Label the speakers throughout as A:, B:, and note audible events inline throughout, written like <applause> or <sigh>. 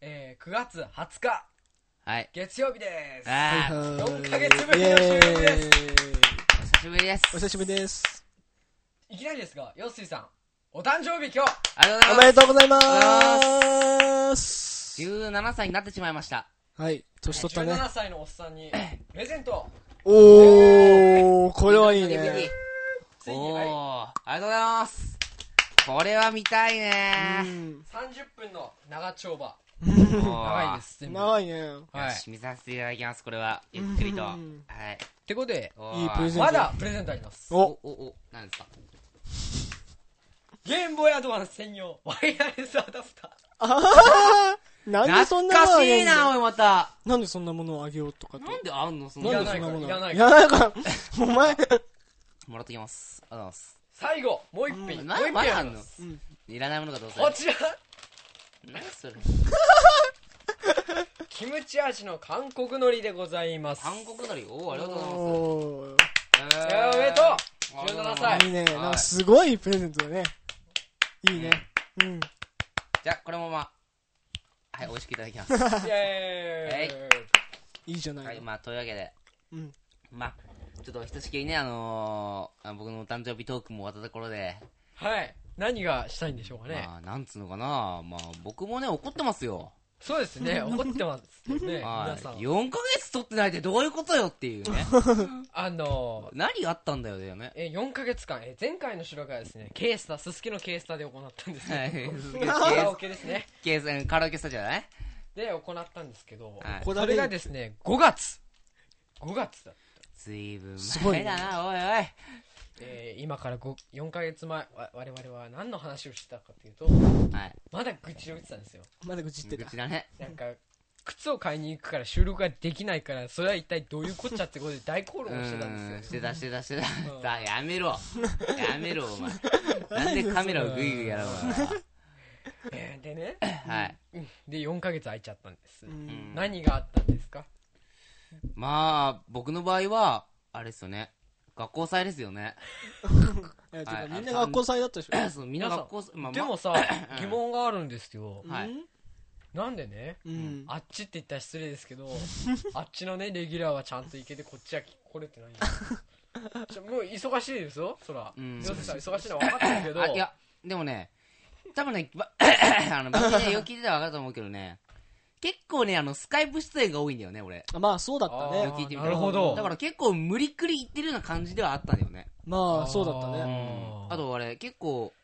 A: えー、9月20日、
B: はい。
A: 月曜日です。
B: あー、
A: ー4ヶ月ぶりの収録です
C: イ
B: お久
C: エ
B: しぶりです。
C: ーイお久しぶりです。
A: いきなりですが、よっすいさん、お誕生日今日、
B: ありがとう
C: お
B: ござ
C: め
B: い
C: でとうございま
B: あ
C: ーす。
B: ます。17歳になってしまいました。
C: はい、年取ったね。
A: 17歳のおっさん
B: <clears throat>
A: に、プレゼントを、
C: おー、これはいい
B: ビリビリ
C: ね。
A: ついに、
B: おー、
A: は
B: ありがとうございます。これは見たいね
A: い、30分の長丁場。
B: ー。
A: 長
B: 長
A: いで。す、
C: う
A: 全
C: ん。
A: 部。は
C: 長いね。
B: よ
A: い。
B: し、見させていただきます、これは。ゆっくりと。
C: う
B: はい
A: っ
C: ん。
A: てことで、
B: おー
C: いいプレゼント。
A: まだプレゼントあります。
B: お、 <laughs>
C: お、
B: お、お、何ですか
A: ゲームボーイアドバンス専用、ワイヤレスアダプター。
C: あーなんでそんなも
B: 懐
C: のあ
B: か
C: げ
B: しい
C: ん
B: な、
C: の
B: おい、また。
C: なんでそんなものをあげようとかって。
B: なんであんのそん
A: い
B: な
A: ら
C: なんで
A: な
C: そ
A: いからい
C: んなもの
A: らない
C: い
A: から
C: ないから。お前、
B: もらっときます。ありがとうございます。
A: 最後、もう一品、
B: う
A: も
B: んま
A: う一
B: ま
A: 品
B: だ
A: あ
B: あ
A: り
B: んの
A: ます。
B: いらないものがどうせ。
A: こちら、
B: 何それ。
A: キムチ味の韓国海苔でございます。
B: 韓国のり、おー、ありがとうございます。
C: おー。
A: いやおめでとう17歳
C: いいね。
B: はい
C: なんかすごいプレゼントだね。いいね。うん。
B: じゃあ、このまま。はい、美味しくいただきます。は <laughs>
A: イエーイ
C: <laughs> いいじゃない
B: い、
C: の。
B: まあ、というわけで、
C: うん。
B: まあ、ちょっとひとしきりね、あのー、あ僕のお誕生日トークも終わったところで、
A: はい。何がしたいんでしょうかね。
B: まあ、なんつうのかな、まあ、僕もね、怒ってますよ。
A: そうです
B: <laughs>
A: ね。怒ってますよね、
B: は
A: 皆さ
B: い。
A: ん。
B: 4ヶ月撮ってないってどういうことよっていう
A: <laughs>
B: ね。
A: あのー、
B: 何があったんだよ、だよね。
A: え、4ヶ月間、え、前回の収録はですね、ケースタ、すすきのケースタで行ったんです <laughs>
B: はい
A: けど、カラオ
B: ケ
A: ケですね。
B: ース、ケース、カラオケスタジオだね。
A: で、行ったんですけど、
B: はい
C: こだ
A: そ
C: わ
A: れ
C: り
A: がですね、5月。5月だ。
B: ずいぶん
C: すごい
B: 前
C: ね
B: だな、おいおい。
A: えー今から5 4ヶ月前、わ我々は何の話をしてたかというと、
B: はい。
A: まだ愚痴を言ってたんですよ。
C: まだ愚痴って
B: 愚
C: た。
B: 痴だね。
A: なんか、靴を買いに行くから収録ができないから、それは一体どういうこっちゃってことで大口
B: う
A: 論をしてたん
B: ーん、
A: で
B: し
A: すよ。
B: てたしてたしてた
A: うん。
B: さあ、やめ
A: <laughs>
B: ろ。やめろ、お前。なんでカメラをグイグイやろう
A: <laughs> えーでね、
B: が。はい。
A: うんで、4ヶ月空いちゃったんです
C: う。ん
B: うん
A: 何があったんですか
B: まあ、僕の場合は、あれですよね。学校祭ですよね。 <clears throat>
C: えーてか
B: はい
C: みんな学校祭だったでしょ。
B: そうみんな学校祭、まあ、
A: でも <clears throat> さ、疑問があるんですよ。
B: まあ、はい。
A: なんでね、
C: うん。
A: あっちって言ったら失礼ですけ
B: <laughs>
A: ど、あっちのね、レギュラーはちゃんと行けて、こっちは来れてないんですよちょもう忙しいですよ、そら。
B: うん
A: ヨセさん忙しいのは分かってるけど、
B: あいや、でもね、多分ね、ば <clears throat> あの、番組でよく聞いてたら分かると思うけどね、結構ね、あの、スカイプ出演が多いんだよね、俺。
C: あまあ、そうだった
A: あ
B: よ
A: ー
B: く聞
C: ね。
B: いてみたら
A: なるほど
B: だから結構無理くり言ってるような感じではあったんだよね。
C: まあ、そうだった
B: う
C: ね。
B: ん
A: あ。ー
B: あと、あれ、結構、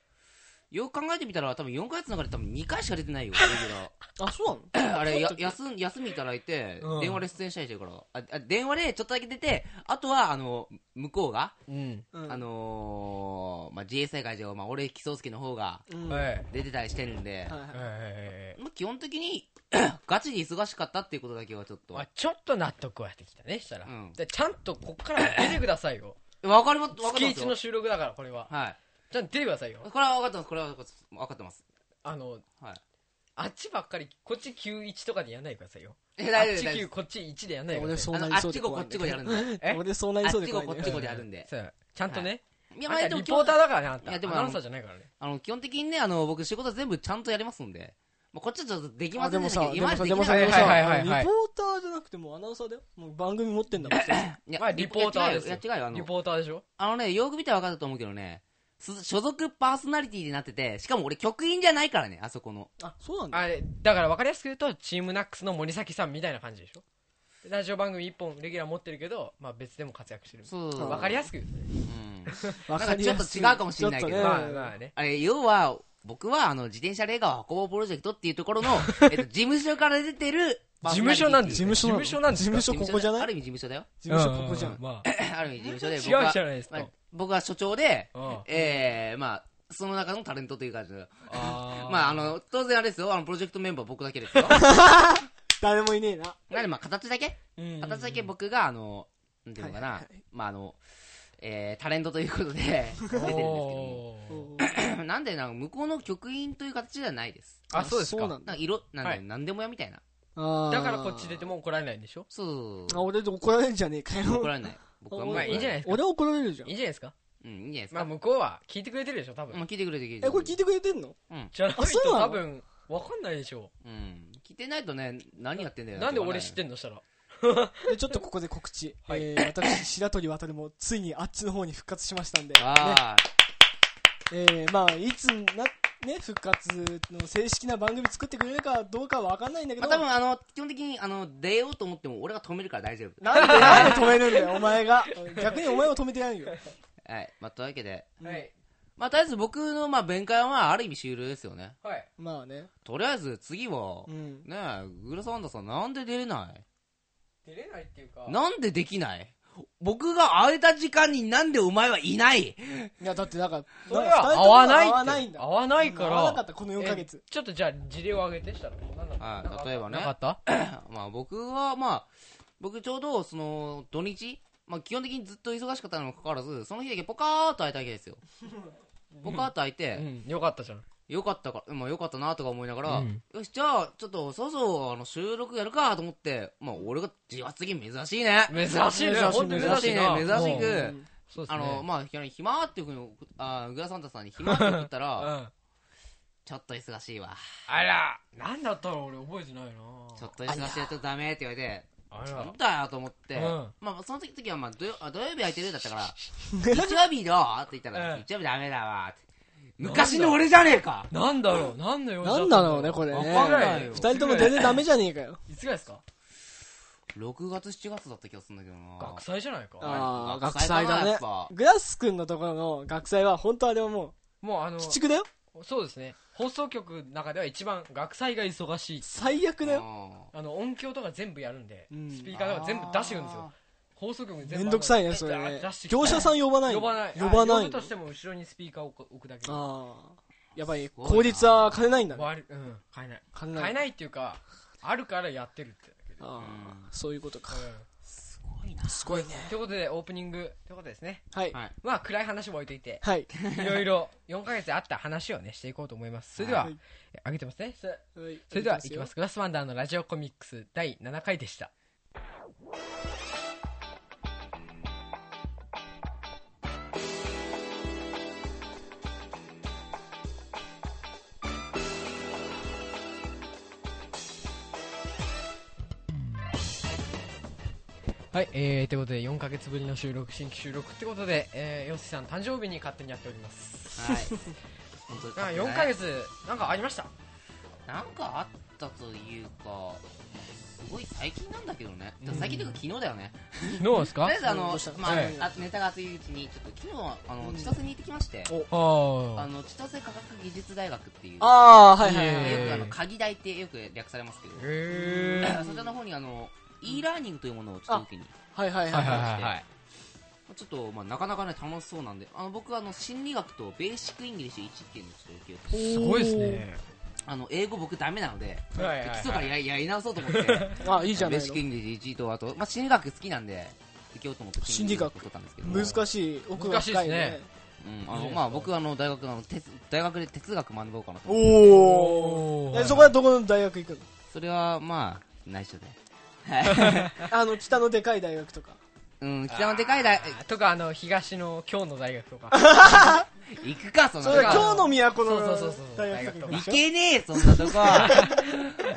B: よく考えてみたら、多分4ヶ月の中で多分2回しか出てないよ、レギュラー。
C: あ、そうな
B: <laughs>
C: の
B: あれや休ん休みいただいて、
A: うん
B: 電話で出演したりしてるからああ電話でちょっとだけ出てあとはあの向こうが、
A: うん。
C: うん
B: あのーまあ、GSI 会場、まあ、俺木曽介の方が
C: うん
A: はい。
C: はい
A: はい
B: 出てたりしてるんで、
C: はい
A: はい
B: まあ、基本的に <clears throat> ガチで忙しかったっていうことだけはちょっと
A: まあ、ちょっと納得はできたね、したら。
B: うん
A: でちゃんとこっから出てくださいよ。
B: わかりまわかって
A: 月
B: ます
A: 一の
B: よ
A: 収録だから、これは。
B: はい
A: ちゃんと出てくださいよ。
B: これは分かってますこれは分かってます分かってます
A: あの、
B: はい
A: あっちばっかり、こっち91とかでやんないでくださいよ。
B: え
A: あっ
B: 大丈夫
A: ち
B: 大丈
A: 9、こっち1でやんないでく
C: 俺
A: ださ
C: そう
B: 夫あ
C: な
B: の
C: り
B: あ
C: そ
B: っ
C: うで
B: ちこ
C: 怖
B: こ
C: い
B: っち
C: ん
B: こでやる
C: だけど
B: んで
A: え
C: 俺そうなり
B: あっ
C: そうで
B: ちこ
C: 怖
B: こ
C: いん
B: っ
C: だ
B: ち
C: けど
B: こでや
A: <laughs>
B: るんで
A: い。そうちゃんとね。
B: いや
A: あんた
B: 毎度
A: リポーターだからね、あんた。
B: いやでも
A: アナウンサーじゃないからね。
B: あの、基本的にね、あの、僕仕事は全部ちゃんとやりますんで、まあ、こっちはちょっとできま
C: あ
B: せ
C: で
B: ん
C: も
B: でした
C: さ、
B: けど、今
C: でも
B: まで
C: さ、で
B: でき
C: も
B: な
C: さ、
B: かっ
C: で
B: た
C: も
A: はいはい
C: さ
A: はい
C: リポーターじゃなくてもうアナウンサーだよ。もう番組持ってんだもん。
B: いや
A: まあリポーター
B: いや
A: ですよ
B: いや違うよ、あ
A: リ
B: の、
A: ポーターでしょ
B: あのね、よく見たら分かると思うけどね、す所属パーソナリティになってて、しかも俺局員じゃないからね、あそこの。
C: あ、そうなんだ。
A: あれ、だから分かりやすく言うと、チームナックスの森崎さんみたいな感じでしょラジオ番組1本レギュラー持ってるけど、まあ別でも活躍してる。
B: そう
C: あー
A: 分かりやすく言うとね。
B: うん。
C: わかりやすい
B: なんかちょっと違うかもしれないけど
C: ちょっとね
A: まあまあね。
B: あれ、要は、僕は、あの、自転車レーガーを運ぼうプロジェクトっていうところの、
A: <laughs>
B: えっと、事務所から出てる、
A: 事務所なんで
C: 事
A: す
C: 務所なの
A: 事務所なんですか
C: 事務所ここじゃ
B: あ
C: ない
B: る意味事務所
A: <laughs>
B: だよ。
C: 事務所ここじゃ
A: うんう。うま
B: ある意味事務所で、
A: 違う
B: 僕は
A: じゃないですか
B: まあ僕は所長で、
A: あ。
B: ええまあ、その中のタレントという感じで。
A: あ
B: まあ、あの、当然あれですよ、あの、プロジェクトメンバー僕だけですよ。
C: 誰もいねえな。
B: なんで、まあ、形だけ
A: うん
B: 形だけ僕が、あの、なんていうのか
C: はい
B: な
C: はいは、
B: まあ、あの、えー、タレントということで、出てるんですけども。
C: おー
B: なんで、なんか、向こうの局員という形ではないです。
A: あ、そうです
C: そうな
A: か。
C: ん
B: な
C: だ
B: んか、色、なんだ
A: は
B: よ、
A: い
B: なんでもやみたいな。
C: あー
A: だからこっち出ても怒られないんでしょ
B: そう
C: あ、俺で怒られるんじゃねえかよ。
B: 怒られない。僕はもう
A: まあいいんじゃないですか。
C: 俺怒られるじゃん
A: いい。んじゃないですか
B: うん、いいんじゃないです
A: まあ
B: か。
A: 向こうは聞いてくれてるでしょ、多
B: まあ、
A: 分。
B: 聞いてくれて、聞いてくれて。
C: え、これ聞いてくれてんの
B: うん。
A: じゃないと
C: あそうなの
A: 多分、わかんないでしょ。
B: うん。聞い聞いてないとね、何やってんだよ
A: なんで俺知って
B: ん
A: んのしたら。
C: でちょっとここで告知、
A: はい
C: えー私白鳥渡もついにあっちの方に復活しましたんで、ね
B: あ
C: えーまあいつなね復活の正式な番組作ってくれるかどうかはわかんないんだ
B: ー
C: け
B: ま
C: ど
B: あ、多分あの、基本的に、あの、出ようと思っても俺が止めるから大丈夫。 <laughs>
C: なんでなんで止めるんだよお
A: <laughs>
C: 前が逆にお前を止めてやるよ
B: はい。まあ、というわけで、
A: はい。
B: まあ、とりあえず僕の、まあ、弁解は、ある意味終了ですよね。
A: はい。
C: まあね
B: とりあえず、次は、
C: うん
B: ねえ、グルサンダーさん、なんで出れない
A: 出れないっていうか。
B: なんでできない僕が会えた時間になんでお前はいない
C: いやだってなんか
A: それ
C: なん
A: は
C: か
A: 合わないって。
C: 合わないんだ
A: 合わないから。
C: 合わなかったこの4ヶ月
A: えちょっとじゃあ事例を挙げてしたら。なんだ
B: はい
A: なんか
B: 例えばね
A: なかった
B: まあ僕は、まあ、僕ちょうど、その、土日、まあ基本的にずっと忙しかったのにもかかわらず、その日だけポカーっと会えたわけですよ。ポカーっと会え
A: う
B: て、
A: ん、よかったじゃん。
B: よかったから、まあよかったなとか思いながら、
A: うん
B: よし、じゃあ、ちょっと、そうそう、あの、収録やるかと思って、まあ俺が自発的に珍しいね。
A: 珍しいね。
C: 珍しい
A: ほんと珍しいな
B: 珍しいね珍しく
A: うん
B: え
A: そうです
B: あ
A: ね。
B: の、まあ、暇っていうふうに、あグラサンタさんに暇って言ったら、
A: うん。
B: ちょっと忙しいわ。
A: あら、なんだったろう俺覚えてないな
B: ちょっと忙しいとダメって言われて、
A: あ
B: な
A: ら
B: ん。だよと思って、
A: うん
B: まあその時時はまあ土曜あ土曜日空いてるだったから、日曜日どうって言ったら、
A: うん
B: 日曜日ダメだわって。昔の俺じゃねえか
A: なんだろう何の用事だった
C: <laughs> なん
A: ん
C: だ
A: だ
C: ろうねこれね
B: わかんないよ
C: 2人とも全然ダメじゃねえかよ
A: いつぐらいですか
B: ?6 月7月だった気がするんだけどな。
A: 学祭じゃないか。
C: あ
B: あ
C: ー
B: ー
C: 学祭だ
B: 学祭だな
C: ね
B: やっぱ
C: グラス君のところの学祭は本当あれはも
A: もうあの
C: う、鬼畜だよ
A: そうですね。放送局の中では一番学祭が忙しい。
C: 最悪だよ
B: よ。
A: あの、音響とか全部やるんで、
C: うん
A: スピーカーとか全部出してるんですよ。放送局に全部。
C: めんどくさい
A: あ
C: ね
A: の
C: それ
A: 出し
C: ね
A: てきて
C: 業者さん呼ばないの
A: 呼ばない。
C: 呼ば
A: あ
C: な
A: 呼
C: い
A: ぶ
C: の
A: としても後ろにスピーカーを置くだけ。
C: ああやっぱり
B: すごいな
C: 効率は金ないんだね
A: 割るうん、買えない。
C: 金
A: 買え
C: い
A: ないっていうか、あるからやってるってだけで。
C: ああそういうことか
A: う
B: すごいな。
C: すごいね
A: んということで、オープニング、ということですね。
C: はい
A: <laughs>
B: はい。
A: まあ、暗い話も置いといて、
C: はい
A: いろいろ4ヶ月であった話をね、していこうと思います。それでは
C: はい、
A: あげてますね。それ
C: はい
A: それでは、いきますす。グラスワンダーのラジオコミックス第7回でした。はい、えー、ということで4ヶ月ぶりの収録、新規収録ってことで、えー、ヨッシーさん誕生日に勝手にやっております。
B: はい。本当に
A: あ4ヶ月、なんかありました
B: なんかあったというか、すごい最近なんだけどね。でも最近というか昨日だよね。
A: どうです
B: と
A: か
B: りあえずあ
C: ど
B: の
C: うした、
B: まあ
A: はい、
B: あネタが熱いうちに、ちょっと昨日、あ
C: う
B: の、
C: ん
B: 千歳に行ってきまして、
C: お
A: あ
B: あの、千歳科学技術大学っていう、
C: ああはいはいはい
A: え
B: よ
A: ー
B: くあの、鍵台ってよく略されますけど、
A: へー
B: そちらの方にあの、e ラーニングというものをちょっと受けに、
C: はいはい
A: はい
C: は
A: はいいはいはい
B: ちょっと、まあ、なかなかね、楽しそうなんで、あの、僕はあの、心理学とベーシックイングリッシュ1っていうのをちょっと受けようと。
A: すごいですね
B: あの、英語僕ダメなので、
A: はいはいはい
B: 基礎からややり直 <laughs> そうと思って、
C: ああいいじゃな
B: ベ
C: い
B: ーシックイ
C: の
B: ングリッシュ1と、あと、まあ、心理学好きなんで、受けようと思って
C: 心理学
B: を取ったんですけども、
C: 難しい奥が深いね
B: うん、あの、まあ、僕あの、大学、あの、哲大学で哲学学ぼうかなと思って。
C: おお
A: お
C: えそこはどこの大学行くの
A: <laughs>
B: それは、まあ、内緒で。
C: <laughs> あの北のでかい大学とか
B: うん、北のでかい大、
A: とかあの東の京の大学とか
B: 行くか、そんな
C: そ
B: と
C: れ
B: こ
C: 今
A: だ
C: 日の都の
A: そうそうそうそう
C: 大学とか
B: 行けねえ、そんな
C: <laughs>
B: とこ。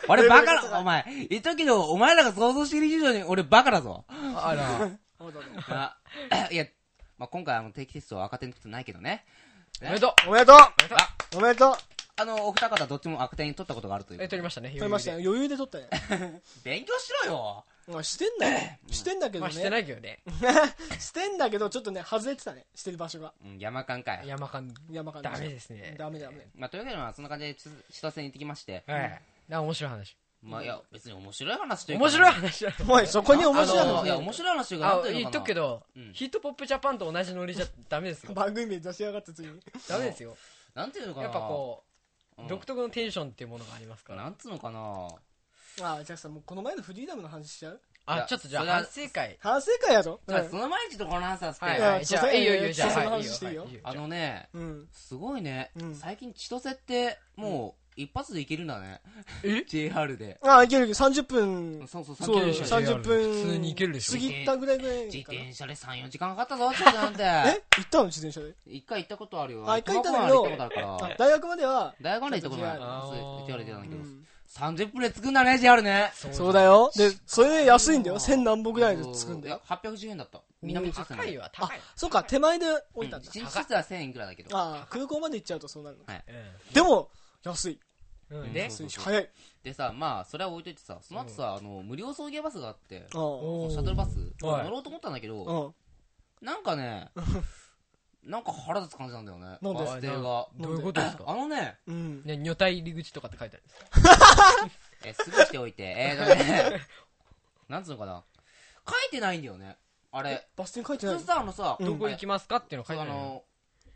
B: 俺バカだ、お前。言っとくけど、お前らが想像してる以上に俺バカだぞ。
A: あら
B: あいや、まあ、今回あの定期テストは赤点取ってないけどね。
A: おめでとう
C: おめでと
A: おめでとう
C: うおめでとう
B: あの、お二方どっちも赤点取ったことがあるという
A: え。取りましたね
C: 取りましたよ
A: 余
C: 余裕で取ったね
B: 勉強しろよ
C: まあしてんだよしてんだけ
A: 裕で
C: ど
A: ま
C: ね
A: あしてないけどね
C: してんだけどちょっとね外れてたねしてる場所が
B: うん、山間かい。
A: 山間
C: 山間
A: ダメですね
C: ダメダメ
B: まあ、というわけで、まあ、そんな感じで、ちょ千歳に行ってきまして。
A: はいなんか面白い話
B: まあ、いや、別に面白い話というか。
A: 面白い話だ
C: おいそこに
B: あの
C: 面白い
B: いや、
C: の
B: 面白い話というか、なん
A: あ
B: というのか
A: 言っ
B: な
A: とくけど
B: うん
A: ヒットポップジャパンと同じノリじゃダメです
C: <laughs>
A: よ
C: 番組名出しやがって次に
A: ダメですよ
B: なんていうのかな。
A: やっぱこ
B: う
A: うん独特のテンションっていうものがありますか
B: な
A: ら
B: んつうのかな。
C: あじゃあさもうこの前のフリーダムの話しちゃう
B: い
A: あ
B: や
A: ちょっとじゃ
B: そ
A: あ
B: れは
A: 反省会
C: 反省会やぞ
B: じゃあ、その前にちょっとこの話させて。
A: はい
C: や
A: はいじゃ
C: そ
A: あ
C: う
A: いいよいいよじゃあ
C: そ
A: は
C: う
A: いいいよ
C: その話していいよ
A: はいいよ
B: あのね、
C: うんうん
B: すごいね、
C: うん
B: 最近千歳ってもう一発でいけるんだね、 <laughs>
A: え
B: JR で
C: あいけるいける30分
B: そうそう
C: そう
B: 30
A: でしょ
B: 自
C: 30分
A: 普通にいけるでしょ
C: 過ぎたぐらいぐらいかな
B: 転車で34時間かかったぞちょっとなん
C: え
B: て
C: 行ったの自転車で
B: 一回行ったことあるよ
C: あ一回行ったんだけ
B: 苫
C: ど
B: 小牧まで行ったことあるか
C: あ
B: ら
C: 大学までは
B: 大学まで行ったことない
C: JR
B: そう言って言われてたんだけど、
C: うん
B: 30分で作んだね、JR ね。
C: そうだよ。で、それで安いんだよ。千何本ぐらいで作るんだ
B: い
C: よ
B: や。810円だった。南千歳
A: 高いわ
C: あ
A: 高い、
C: そうか、手前で降りたんだ。
B: 新施設は1000円いくらだけど。
C: ああ、空港まで行っちゃうとそうなるのか。
A: う
C: でも、安い。
A: んうんんね
B: そ
C: 安
B: う
C: いし、早い。
B: でさ、まあ、それは置いといてさ、その後さ、あの、無料送迎バスがあって、
C: ああ。
B: シャトルバス、
A: はい
B: 乗ろうと思ったんだけ
C: う
B: ど、
C: ん。
B: なんか
C: <laughs>
B: ね、なんか腹立つ感じなんだよね。
C: なんで
B: バス停が。
A: どういうことですか
B: あのね、
C: うん。
A: ね女体入り口とかって書いてあるんですか
B: え、過ごしておいて、えーと
C: <laughs>
B: ね、なんつうのかな。書いてないんだよね。あれ。
C: バス停書いてない
B: 普
C: の
B: 通さ、あのさ、
C: うん
A: どこ行きますかっていうの書
B: そ
A: いうて
B: あ
A: あるの
B: の、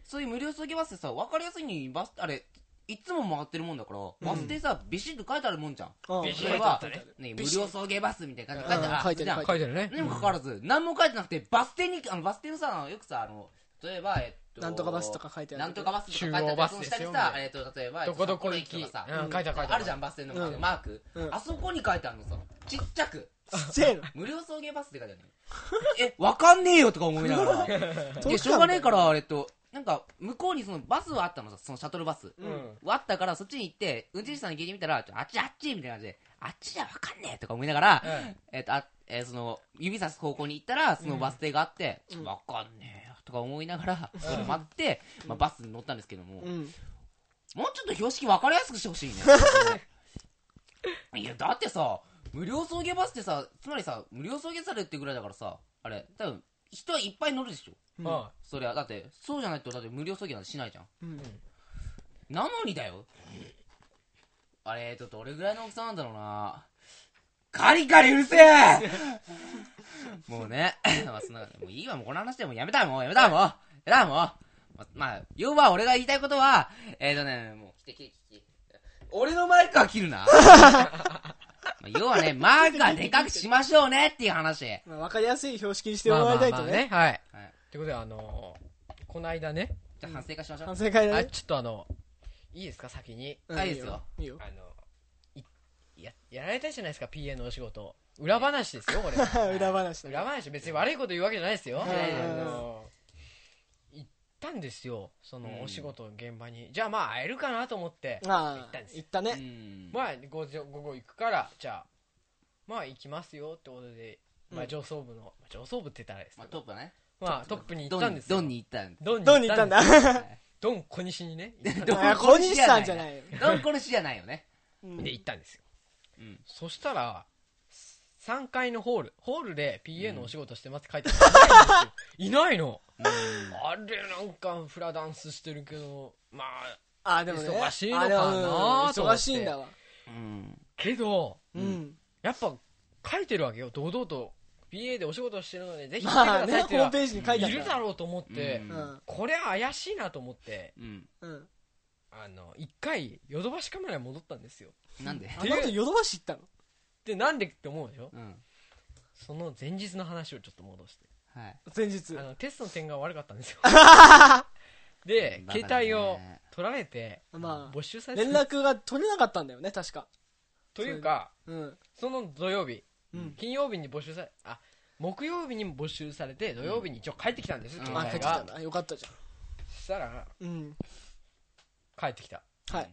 B: そういう無料送迎バスってさ、わかりやすいようにバス、あれ、いつも回ってるもんだから、バス停さ、ビシッと書いてあるもんじゃん。
C: うん
A: ビ
B: そ
A: シ
B: れ
A: ッと
B: は
A: 書いてあっ、
B: ね、無
C: ビシッ
B: 料送迎バスみたいな感じで書いてあ
C: う
B: る
C: ん
B: あ
C: 書いてる
B: じゃん
C: 書いて
A: 書いてるね
B: にもかかわらず、何も書いてなくて、バス停に、あの、バス停のさ、よくさ、あの、例えば、えっと、
C: なんとかバスとか書いてある
B: なんとかバスとか書いてあ
A: 中央
B: る
A: バ
B: そ
A: ス
B: の
A: です
B: 下
A: よ
B: にさ、えっと、例えば、
A: どこどこ行
B: 札
A: き、う
B: 幌
A: ん、
B: と
A: 書い
B: か
A: てあ
B: さ、
A: る書いてある
B: あるじゃん、バス停の
C: うん
B: マーク
C: う。ん
B: あそこに書いてあるのさ、ちっちゃく、
C: ちっちゃ
A: <laughs>
C: いの。
B: 無料送迎バスって書いてあるのよ。え、わかんねえよとか思いながら。で、しょうがねえから、えっと、なんか、向こうにそのバスはあったのさ、そのシャトルバス。
A: うんうん
B: あったからそっちに行って運転手さんに聞いてみたらちょあっちあっちみたいな感じであっちじゃわかんねえとか思いながら、えっとあえーその指さす方向に行ったらそのバス停があって
C: うん
B: わ、かんねえよとか思いながら、それ待って、まあ、バスに乗ったんですけども、
C: うん。
B: もうちょっと標識分かりやすくしてほしいねいやだってさ無料送迎バスってさつまりさ無料送迎されるってぐらいだからさあれ多分人はいっぱい乗るでしょ
C: うん
A: あ
B: それはだってそうじゃないとだって無料送迎なんてしないじゃん
C: うん。
B: なのにだよ。あれ、えっと、どれぐらいの大きさなんだろうな。カリカリうるせえもうね、 <laughs> まあそんな、もういいわ、もうこの話でもうやめたもうやめたもうやめたもうまあまあ、要は俺が言いたいことは、えっ、とね、もう、来て来て来て。俺のマイクは切る
C: <laughs>
B: な。まあ要はね、マークはでかくしましょうねっていう話。
C: まあわかりやすい標識にして
A: まあ
C: も
A: まあ
C: らいたい
A: ま
C: と
A: あ
C: ね。
A: ねはい
B: はい
A: ということであのーこの間ね
B: じゃあ反省化しましょう
C: 反。省会だ
A: あ
C: ね。
A: ちょっとあのいいですか先に
C: うん
B: あいいですよ。
C: いいよ。 <laughs>
A: あのいややられたじゃないですか PA のお仕事裏話です <laughs> よこれ
C: 裏話だね
A: 裏話別に悪いこと言うわけじゃないですよ
C: うん
A: あの行ったんですよそのお仕事の現場にじゃあまあ会えるかなと思って行
C: あ
A: っ
C: あ
A: たんです、よ
C: 行った
B: う
C: ね。
B: ん。
A: まあ午前午後行くからじゃあまあ行きますよってことで、ま
C: う
A: あ、
C: ん
A: 上層部の、まあ上層部って言ったらあれです
B: ま
A: け
B: あ、
A: ど
B: トップだね。
A: まあトップに行ったんですよ
B: ドンに行ったん
A: ドン
C: どうに行ったんだ
A: ですよドン小西にね行ったんで
B: ドン
C: あ小西さんじゃないよ。
B: ドンコルシじゃないよね。
C: うん
A: で行ったんですよ
B: うん。
A: そしたら3階のホールホールで PA のお仕事してますって書いてある、いないんですよいないのあれなんかフラダンスしてるけどまあ
C: ああ、でもね。
A: 忙しいのかな
C: あでもうん
A: と思って
C: 忙しいんだわ。
B: うん。
A: けど
C: うん。
A: やっぱ書いてるわけよ堂々と PA でお仕事してるのでぜひ来てく
C: まあ
A: ださい
C: ね、
A: っ
C: ホ
A: ていうの
C: ーム
A: は
C: ページに書いてあ
A: い
C: る
A: る
C: か
A: だろうと思って、
B: うん
C: ら。うん
A: これは怪しいなと思って
B: うん。
C: うん。
A: あの一回ヨドバシカメラに戻ったんですよ
B: なんで
C: あの後ヨドバシ行ったの
A: でなんでって思うでしょ
B: うん。
A: その前日の話をちょっと戻して
B: はい。
C: 前日
A: あ。のテストの点が悪かったんですよで
B: バカだね
A: 携帯を取られて
C: ま
A: 没収さ
C: あ、
A: れて
C: 連絡が取れなかったんだよね、確か。
A: というか
C: うん。
A: その土曜日、
C: うん
A: 金曜日に募集されあ木曜日にも募集されて土曜日に一応帰ってきたんです、
B: うん
A: 状
C: あ、
A: 態
C: 帰ってき
A: が
C: たんだ。よかったじ
A: そしたら
C: ゃん。うん。
A: 帰ってきた
C: はい。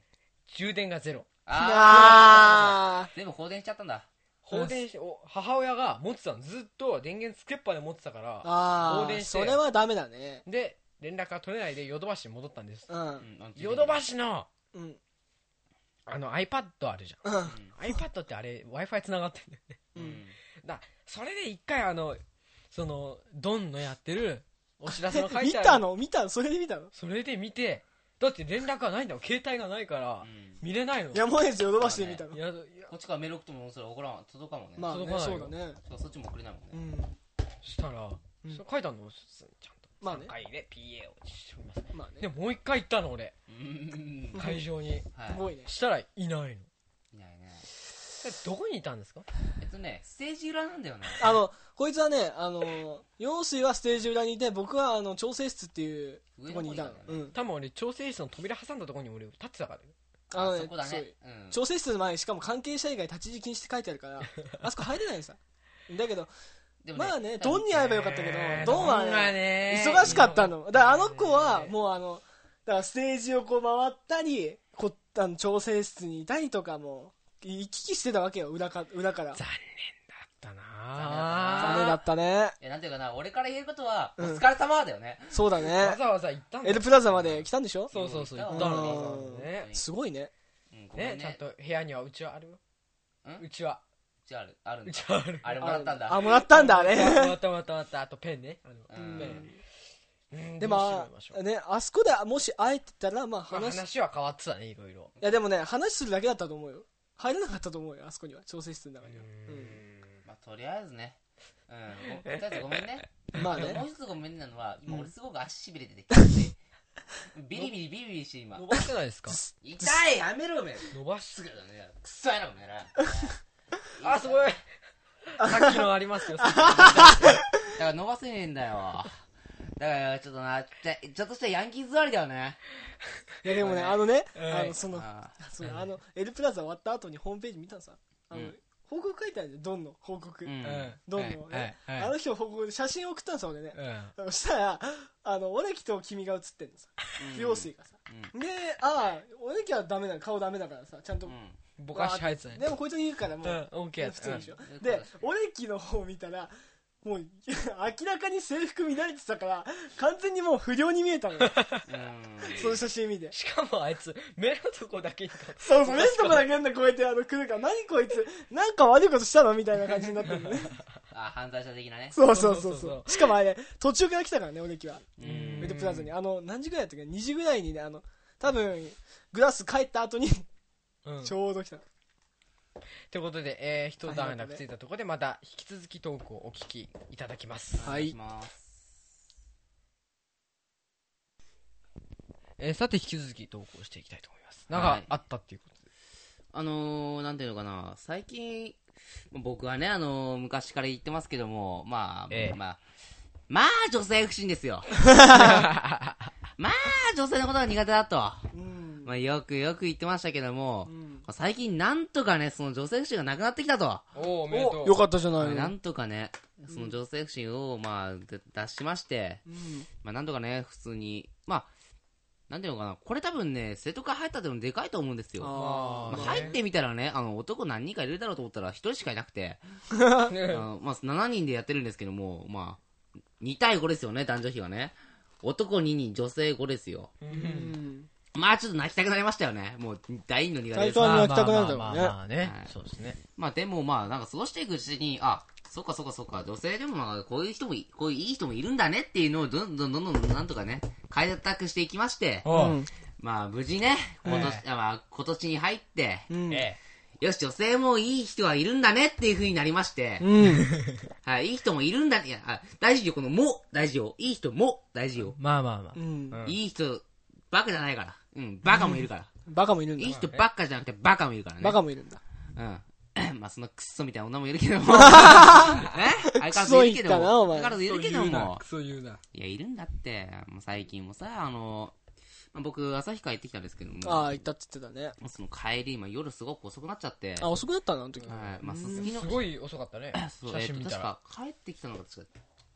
A: 充電がゼロ
B: あ
C: あ
B: ー。全部放電しちゃったんだ。
A: 放電しお母親が持ってたのずっと電源つけっぱで持ってたから
C: あ
A: 放電
C: ー、
A: して
C: それはダメだね。
A: で連絡が取れないでヨドバシに戻ったんです
C: うん。う。
B: うんん
A: ヨドバシの
C: うん。
A: あの iPad あるじ
C: う。
B: うん
A: ゃん iPad ってあれ w i f i つながってるんだよね
B: う
C: うんん。 <laughs>
A: だそれで一回あのそのドンのやってるお知らせの書い
C: 見
A: てある
C: たの見たのそれで見たの
A: それで見てだって連絡がないんだもん携帯がないから
B: うん
A: 見れないの
C: 山根ヨドバシで見たの
A: いやいや
B: こっちからメール送ってもそれ送らん。届かんもんね。
C: まあ
A: 届か
C: ね、
A: ない
C: そう
A: よ
C: だね。
B: そうそっちも送れないもんね。
C: うん。
A: したら、
C: うん
A: それ書いてあるの普通にちゃんと、
C: まあね
A: 3回で PA をしております
C: まあ
A: で
C: ね。
A: もう一回行ったの俺
B: うん
A: 会場に
B: は
C: す
B: い。
C: ごいね。
A: したらいないので
B: いないね。
A: どこにいたんですか
B: えっとね、ステージ裏なんだよね。
C: あの、こいつはね、あの、陽水はステージ裏にいて、僕はあの、調整室っていうとこにいたの。
B: 上の方に
C: うん。
A: 多分俺調整室の扉挟んだところに俺立ってたからね
C: あのね
B: そこだ
C: そ
B: ね
C: う。
B: うん。
C: 調整室の前にしかも関係者以外立ち入り禁止って書いてあるから、あそこ入れないんさ。だけど、
B: でもね
C: まあね、ドンに会えばよかったけど
A: えー、
C: ドンは
A: ドンは
C: ね
A: ね、
C: 忙しかったの。だからあの子は
A: え、ー
C: もうあの、だからステージをこう回ったり、こあの調整室にいたりとかも、行き来してたわけよ、裏か裏から。
A: 残念だった
B: 残
C: ダ
A: な
C: メだったね。
B: え、なんていうかな、俺から言えることは、お
C: うん
B: 疲れ様だよね。
C: そうだ
A: ぁわ
C: ね。
A: ざわざ行ったんだ
C: エルプラザまで来たんでしょ
A: そうそうそう
B: うん
A: 行ったの
C: うん
A: わざわざね
C: すごいね。
B: うん、ごめ
A: ね
B: ん
A: ちゃん
B: ね。
A: と部屋にはうちはあるよ
B: ん
A: うちは
B: うちある、あるん
A: う
B: だ。
A: ちはある
B: あれもらったんだ。
C: あ、もらったんだ、あ
A: も
C: れ。
A: らったもらったもらったあとペンねあ
B: う
A: の
B: ん
A: ペンうん
C: で
A: どうして
C: も
A: みましょ、う
C: ね、あそこでもし会えてたら、まあ
A: まあ
C: 話、い
A: 話は変わってたねいろいろ
C: やでもね、話するだけだったと思うよ。入らなかったと思うよ、あそこには。調整室の中には。
B: まあ、とりあえずね。うん。とりあえずごめんね。
C: うんまあ
B: でももう
C: ね。
B: 一つごめんねなのは、今
C: うん
B: 俺すごく足しびれててきて、ビリビリビリビリして今。
A: 伸ばしてないです
C: <laughs>
A: か
B: 痛いやめろおめえ
A: 伸ば
B: す
A: す
B: ぐだね。くそやなおめえら。
A: あすごい <laughs> さっきのありますよさっき
B: だから伸ばせねえんだよ。だからちょっとな、ちょちょっとしたヤンキー座りだよね。
C: いやでもね、あのね、
A: うん
C: あの、その、
B: あ
C: そうあの、エルプラザ終わった後にホームページ見たのさ。あの
B: うん、
C: 報告書いてあるじゃん、ドンの報告
B: う。。
A: うんん
C: どんどんね、
A: はい
C: あ
A: はい
C: の人報告で写真送ったんさ俺ね、
A: うん
C: そしたらあの俺木と君が写ってんのさ不用水がさ、でああ俺木はダメなの顔ダメだからさちゃんと、
B: うん。
A: ぼかし入ってない
C: でもこいつに言うからも
A: う
C: う、
A: ん OK や
C: 普通でしょ、
B: うん
C: で俺木の方見たらもう <laughs> 明らかに制服乱れてたから完全にもう不良に見えたのよ
A: <laughs>
B: うん
C: <laughs> その写真見て
A: しかもあいつ目のとこだけに立って
C: そうそう目のとこだけなんだこうやってあの来るから何こいつなんか悪いことしたのみたいな感じになってる
B: <laughs>
C: のね
B: あ、犯罪者的なね。
C: そうそうそ
A: そう
C: う
A: そう
C: そ
A: そう
C: しかもあれ途中から来たからね俺木は
B: う
A: うん
C: ウェ
B: ん。
C: ルプラザに、あの、何時ぐらいだったっけ ?2 時ぐらいにね、あの、多分、グラス帰った後に、
A: うん
C: ちょうど来た。
A: ということで、えー、一
C: 大
A: 段
C: 変だ
A: 落
C: ね
A: ついたところでまた引き続きトークをお聞きいただきます、
B: お願します。
A: えーさて引き続き投稿していきたいと思います
B: は
A: ないんかあったっていうことで
B: あのー、なんていうのかな、最近、まあ僕はね、あのー、昔から言ってますけども、まあ、
A: ええ
B: まあ、まあ、女性不信で
A: <laughs>
B: すよ。まあ、女性のことが苦手だと。
C: うん。
B: まあ、よくよく言ってましたけども
C: う、ん
B: まあ最近なんとかね、その女性不信がなくなってきたと。
A: おおおめでと
C: お、
A: う
C: よかったじゃ
B: まあ
C: ない
B: な
C: の。
B: んとかね、その女性不信を、まあ、で出しまして、
C: うん。
B: まあ、なんとかね、普通に、まあ、なんていうのかな、これ多分ね、生徒会入ったでもでかいと思うんですよ。
A: あ
B: ま
A: ー
B: あ、
A: まね
B: 入ってみたらね、あの、男何人かいるだろうと思ったら、一人しかいなくて、あ
A: ね
B: のまあ、7人でやってるんですけども、まあ、2対5ですよね、男女比はね。男2人、女性5ですよ。
A: う
C: うんん。
B: まあ、ちょっと泣きたくなりましたよね。もう、大の苦手で
C: 最初
B: す。
C: は
A: まあ
C: 泣きたくなるだろう
A: まあまあまあ
C: ね。
A: ね
B: はい
A: そうですね
B: まあ、でもまあ、なんか過ごしていくうちに、あ、そっかそっかそっか、女性でもまあ、こういう人もい、こういういい人もいるんだねっていうのを、どんどんどんどんなんとかね、開拓していきまして、
A: お
C: うん
B: まあ、無事ね、今年、あまあ、今年に入って、
C: うん。
A: え
B: よし、女性もいい人はいるんだねっていう風になりまして、
C: うん。
B: はい、いい人もいるんだね。いや、あ大事よ、このも、大事よ。いい人も、大事よ。
A: まあまあまあ
C: うん。
A: うん
B: いい人、バカじゃないから。うん、バカもいるから。
C: バカもいるんだ
B: いい。人ばっかじゃなくて、バカもいるからね。
C: バカもいるんだ。
B: うん。 <clears throat> まあ、そのクソみたいな女もいるけど
C: <laughs>
B: も。え相変わらずいるけども。相変わら
C: クソ言ったなお前
B: ずいるけども。
A: そう言うない
B: や、いるんだって。もう最近もさ、あの、まあ、僕、朝日帰ってきたんですけども。
C: ああ、行ったって言ってたね。
B: その帰り、今夜すごく遅くなっちゃって。
C: あ、遅くなったのあの時。
B: はい。まあ、す
A: そう
B: す
A: 言
B: き
A: う
B: の
A: なす、ごい遅かったね
B: そう
A: 写
B: えっ
A: 真
B: と、
A: 見
B: 確
A: たら
B: か帰ってきたのが確か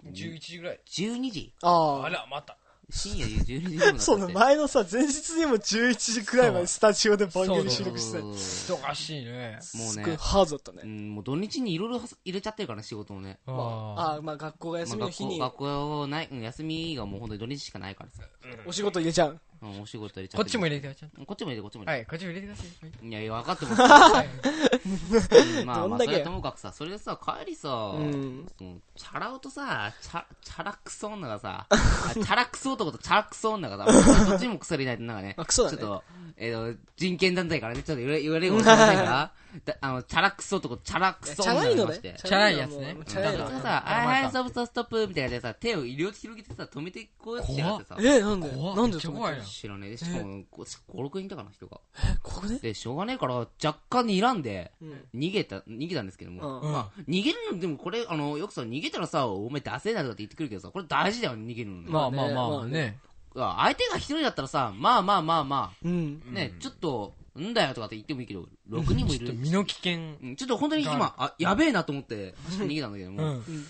A: 11時ぐらい
B: 12時
C: あ
A: あ
C: あ。
A: らまた
B: 深夜12時頃だったって
C: <laughs> その前のさ、前日にも11時くらいまでスタジオで番組収録してたの。
B: そ
A: 忙しいね
B: もう
C: す
B: ね
C: ごいハードだった
B: うう
C: ね。
B: んもう土日にいろいろ入れちゃってるからね仕事をね
A: あ
C: ああ、まあ学校が休み
B: まあ
C: の
B: 学
C: 日
B: 校
C: に
B: 学校ないうん休みがもう本当に土日しかないからさ、
C: お仕事入れちゃう。
B: うんお仕事入れちゃ
A: こ
B: っ
A: ってちも入れてよちゃんと
B: れこっちも入れてこっちも入れ
A: はい
B: て
A: こっちも入れてください
B: いやいや分かって
C: <laughs>
B: ますようんまあ
C: ど
B: まあ
C: んだ
B: そ
C: け
B: れはともかくさそれでさ帰りさ、
C: うん
B: そのチャラ男とさチャチャラクソ女が
C: <laughs>
B: さあチャラクソ男とチャラクソ女がさどっちにも腐りないってなんかね
C: あ、クソだ
B: ちょ
C: ね
B: っ。と、えー、と人権団体からね、ちょっと言われ言われるかもしれません
C: <laughs>
B: が、だあの、チャラクソとこ、チャラク
C: いや
B: ソ
C: チャラいの
B: ま
C: ね
B: して。
A: チャラいやつね
C: チ
B: チ
C: ャ
B: ャ
C: ラ
B: ラ
C: い
B: い
C: の
B: の
A: チャラ
B: さ、
A: い
B: はいはい、ストップストップストップみたいなやつさ、手を両手広げてさ、止めてこうやってやってさ、
C: え、なんで
A: 怖っ
C: なん
A: め
C: で
A: っち
C: そ
A: ゃ怖
C: こ
A: いな
B: 知らねえで、しかも、こ5、6人いたかな、人が。
C: え、ここで
B: で、しょうがねえから、若干にらんで、
C: うん。
B: 逃げた、逃げたんですけども、
C: うん
A: ま
B: 逃げるの、でもこれ、あの、よくさ、逃げたらさ、お前出せないとかって言ってくるけどさ、これ大事だよ、逃げるのね。
A: あまあまあまあね
B: あ相手が一人だったらさ、まあまあまあまあ、
C: うん。
B: ね、ちょっと、んだよとかって言ってもいいけど、6人もい
A: ちょっと
B: る。
A: 身の危険
B: うんちょっと本当に今、あ、やべえなと思って、走って逃げたんだけど
A: う
B: も。
A: ん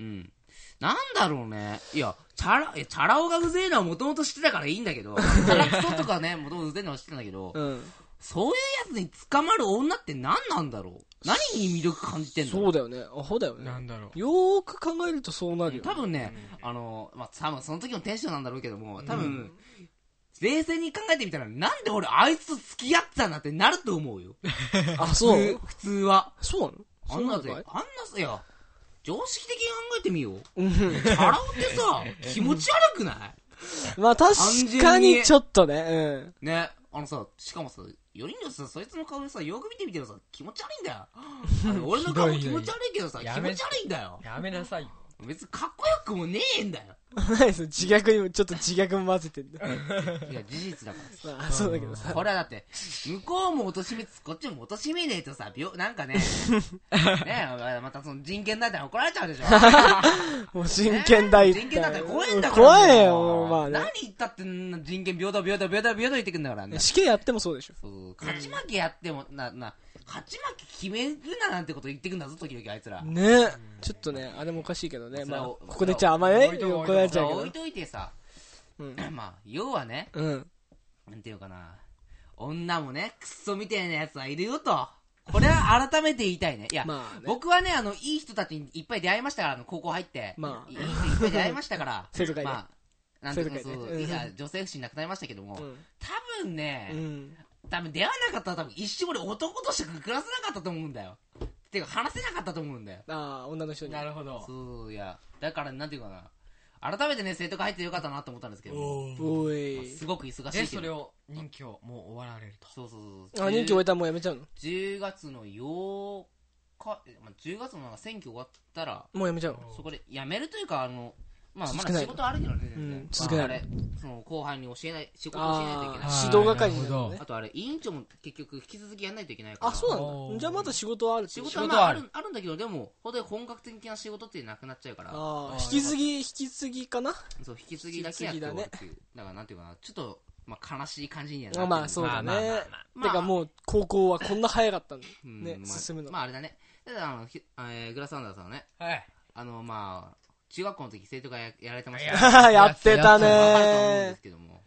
B: うん。なんだろうね。いや、チャラ、いやチャ
C: <laughs>
B: ラ男がうぜえのはもともと知ってたからいいんだけど、チャラクソとかね、もともとうぜえのは知ってたんだけど、
C: うん。
B: そういうやつに捕まる女って何なんだろう何に魅力感じてんだろ
C: そうだよね。アホだよ
A: なん
C: ね。
A: だろう
C: よーく考えるとそうなるよね。
B: 多分ね、あの、まあ、多分その時のテンションなんだろうけども、多分、冷静に考えてみたら、なんで俺あいつと付き合ってたんだってなると思うよ。
C: あ、そう
B: 普。普通は。
C: そうなの
B: あ
C: そうんな
B: な
C: の
B: ぜ、あ
C: か
B: ん
C: い
B: なぜや、常識的に考えてみよう。
C: うん
B: チャラ男って
C: <laughs>
B: さ、気持ち悪くない
C: まあ確かにちょっとね。うん。
B: ね、あのさ、しかもさ、よりによってさ、そいつの顔でさ、よく見てみてもさ、気持ち悪いん <laughs> だよ。あの俺の顔も気持ち悪いけどさ、
A: ひどいよ
B: 気持ち悪いんだよ。
A: やめなさいよ
B: 別にかっこよくもねえんだよ。
C: <laughs> 何その自虐にも、ちょっと自虐も混ぜてんだ。
B: いや、事実だからさ。
C: まあそうだけ
B: <laughs>
C: どさ。
B: これはだって、向こうも貶としめつつ、こっちも貶としめねえとさ、病、なんか <laughs> ね、ねえ、またその人権だって怒られちゃうでしょ。
C: もう真剣
B: <laughs>
C: 大
B: 人権だって怖いんだから。
C: 怖えよ、まあね
B: 何。言ったって人権平等平等平等平等言ってくんだからね。
C: 死刑やってもそうでしょ。
B: そう勝ち負けやっても、な、な、勝ち負け決めるななんてこと言ってくんだぞ、時々あいつら。
C: ねちょっとね、あれもおかしいけどね。まあ、
B: それを
C: ここで言っちゃ甘え
A: 置いとこう
C: よ怒られち
B: じ
C: ゃ
B: ゃあ
C: うけ
B: 置い
C: ど。
B: といてさ、
C: うん。
B: <clears throat> まあ、要はね、
C: うん。
B: なんていうかな、女もね、クソみたいなやつはいるよと。これ
C: <laughs>
B: は改めて言いたいね。いや、
C: まあね
B: 僕はね、あの、いい人たちにいっぱい出会いましたから、あの、高校入って。
C: まあ
B: いい人いっぱい出会いましたから。
C: <laughs> 生徒会で
B: まあ、なんていうか、
C: 生
B: そ
C: 徒会で
B: う、
C: うん
B: いや女性不信なくなりましたけども、
C: うん
B: 多分ね、
C: うん。
B: 多分出会わなかったら多分一生俺男として暮らせなかったと思うんだよ。っていうか話せなかったと思うんだよ。
C: ああ、女の人に。
A: なるほど
B: そういや。だからなんていうかな。改めてね、生徒会入ってよかったなと思ったんですけど、
C: お
B: まあ
C: い。
B: すごく忙しい
A: で
B: け
A: それ
B: ど。
A: を任期をもう終わられると
B: そうそうそうそう。
C: あ、任期終えたらもうやめちゃうの
B: 10月の8日、えまあ、10月のなんか選挙終わったら、
C: もうやめちゃうの
B: そこで辞めるというか、あの、まあ、ま
C: 続け
B: だ
C: ない
B: 仕事あるけどね、全
C: う
B: 然
C: ん続けない
B: まあ、あれ、その後輩に教えない、仕事教えないといけない
C: あ
B: し。
C: あ、指導係になるの
A: あーなるほ
C: ね
A: ど。
B: あとあれ、委員長も結局引き続きやんないといけないから。
C: あ、そうなん
A: おー
C: だ。じゃあまた仕事はある
B: 仕
C: 仕
B: 事はまああるあるんだけどでも本当に本格的な仕事ってなくなっちゃうから
C: ああ、
A: ー
C: 引き継ぎ、引き継ぎかな
B: そう引き継ぎだけやって終わるっていうだ,、からなんていうかなちょっと、まあ、悲しい感じにはなって
C: まあ
B: る
C: まあ、そうだ
A: まあまあまあ
C: ね。
B: まあ
C: てかもう、高校はこんな早かったんだ。
B: うん
C: ね、
B: まあ
C: 進むの。
B: まああれだねただあのひ、えーグラサンダーさんはね
A: はい
B: あのまあ中学校の時生徒会ややられてまし
A: い
B: た
A: や
B: ね
C: <laughs> やってた
B: わかると思うんで
C: ね
B: す。けども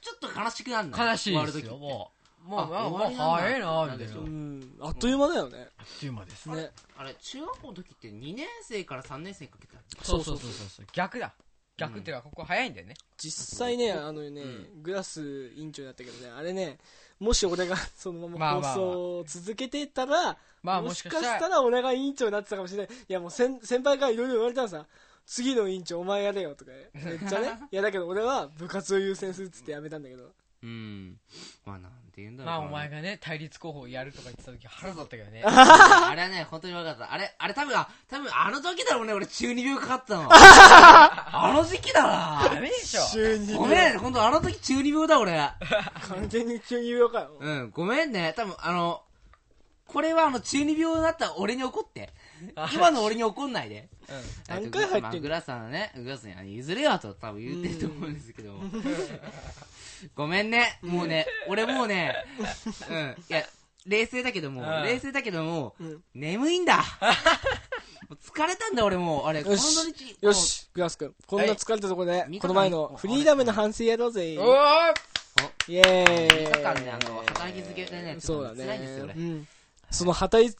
B: ちょっと悲しくなるの
A: 悲しいです
B: 終わ
A: よ
B: る時
A: もうもう
B: あ
A: まあ
B: 終わ
A: もう
B: りなんだ
A: 早いな
B: な
A: み
B: んで
A: たい
B: し
A: な
B: ょ
A: あ
B: う
C: うん、あっという間だよね。
A: っという間です
C: ね。
B: あれ中学校の時って2年生から3年生にかけてだっけ
A: そうそうそうそうそう逆だ逆っていうかここ早いんだよね
C: 実際ね、あのね
B: う、
C: グラス委員長だったけどね、あれね、もし俺がそのま
A: まあま
C: ま
A: あまあ
C: 放送を続けてたら、
A: まあ
C: も
A: も
C: し
A: し
C: か
A: か
C: し
A: した
C: た
A: ら
C: ら俺が委員長になってたかもしれない。いやもう先先輩からいろいろ言われたのさ、次の委員長お前やれよとか、めっちゃね。いやだけど俺は部活を優先するっつってやめたんだけど。
B: うんまあなんて言うんだろう
A: まあ
B: な
A: お前がね対立候補やるとか言ってた時腹立ったけどね
B: <laughs> あれはね、本当に分かった。あれ、あれ多分、あ多分あの時だろうね、俺中二病かかったの。あの時期だ
A: ダ
B: な。
A: メでしょ
C: 中二
B: ご
C: 病
B: めん、本当あの時中二病だ俺。
C: 完全に中二病かよ。
B: うん、ごめんね。多分あの、これはあの中二病になった俺に怒って。今の俺に怒んないで。
A: うん
C: 何回入ってん
B: ま
C: の
B: あグラさんはね、グラさんにあの譲れよと多分言ってると思うんですけど
C: <laughs>
B: も。ごめんね、もうね、俺もうね、うん、いや、冷静だけども、
A: うん
B: 冷静だけども、
C: うん
B: 眠いんだもう疲れたんだ俺もうあれこの
C: よ
B: 土
C: し
B: 日、
C: よし、グラス君。こんな疲れたところで
B: はい、
C: この前のフリーダムの反省やろうぜ。イ
A: おー
C: エーイ。
B: 3日間ねあの働きづけでねち
C: そ
B: ょっ
C: うだ
B: と
C: ね。
B: 辛いんですよ俺、
C: うん。その働い、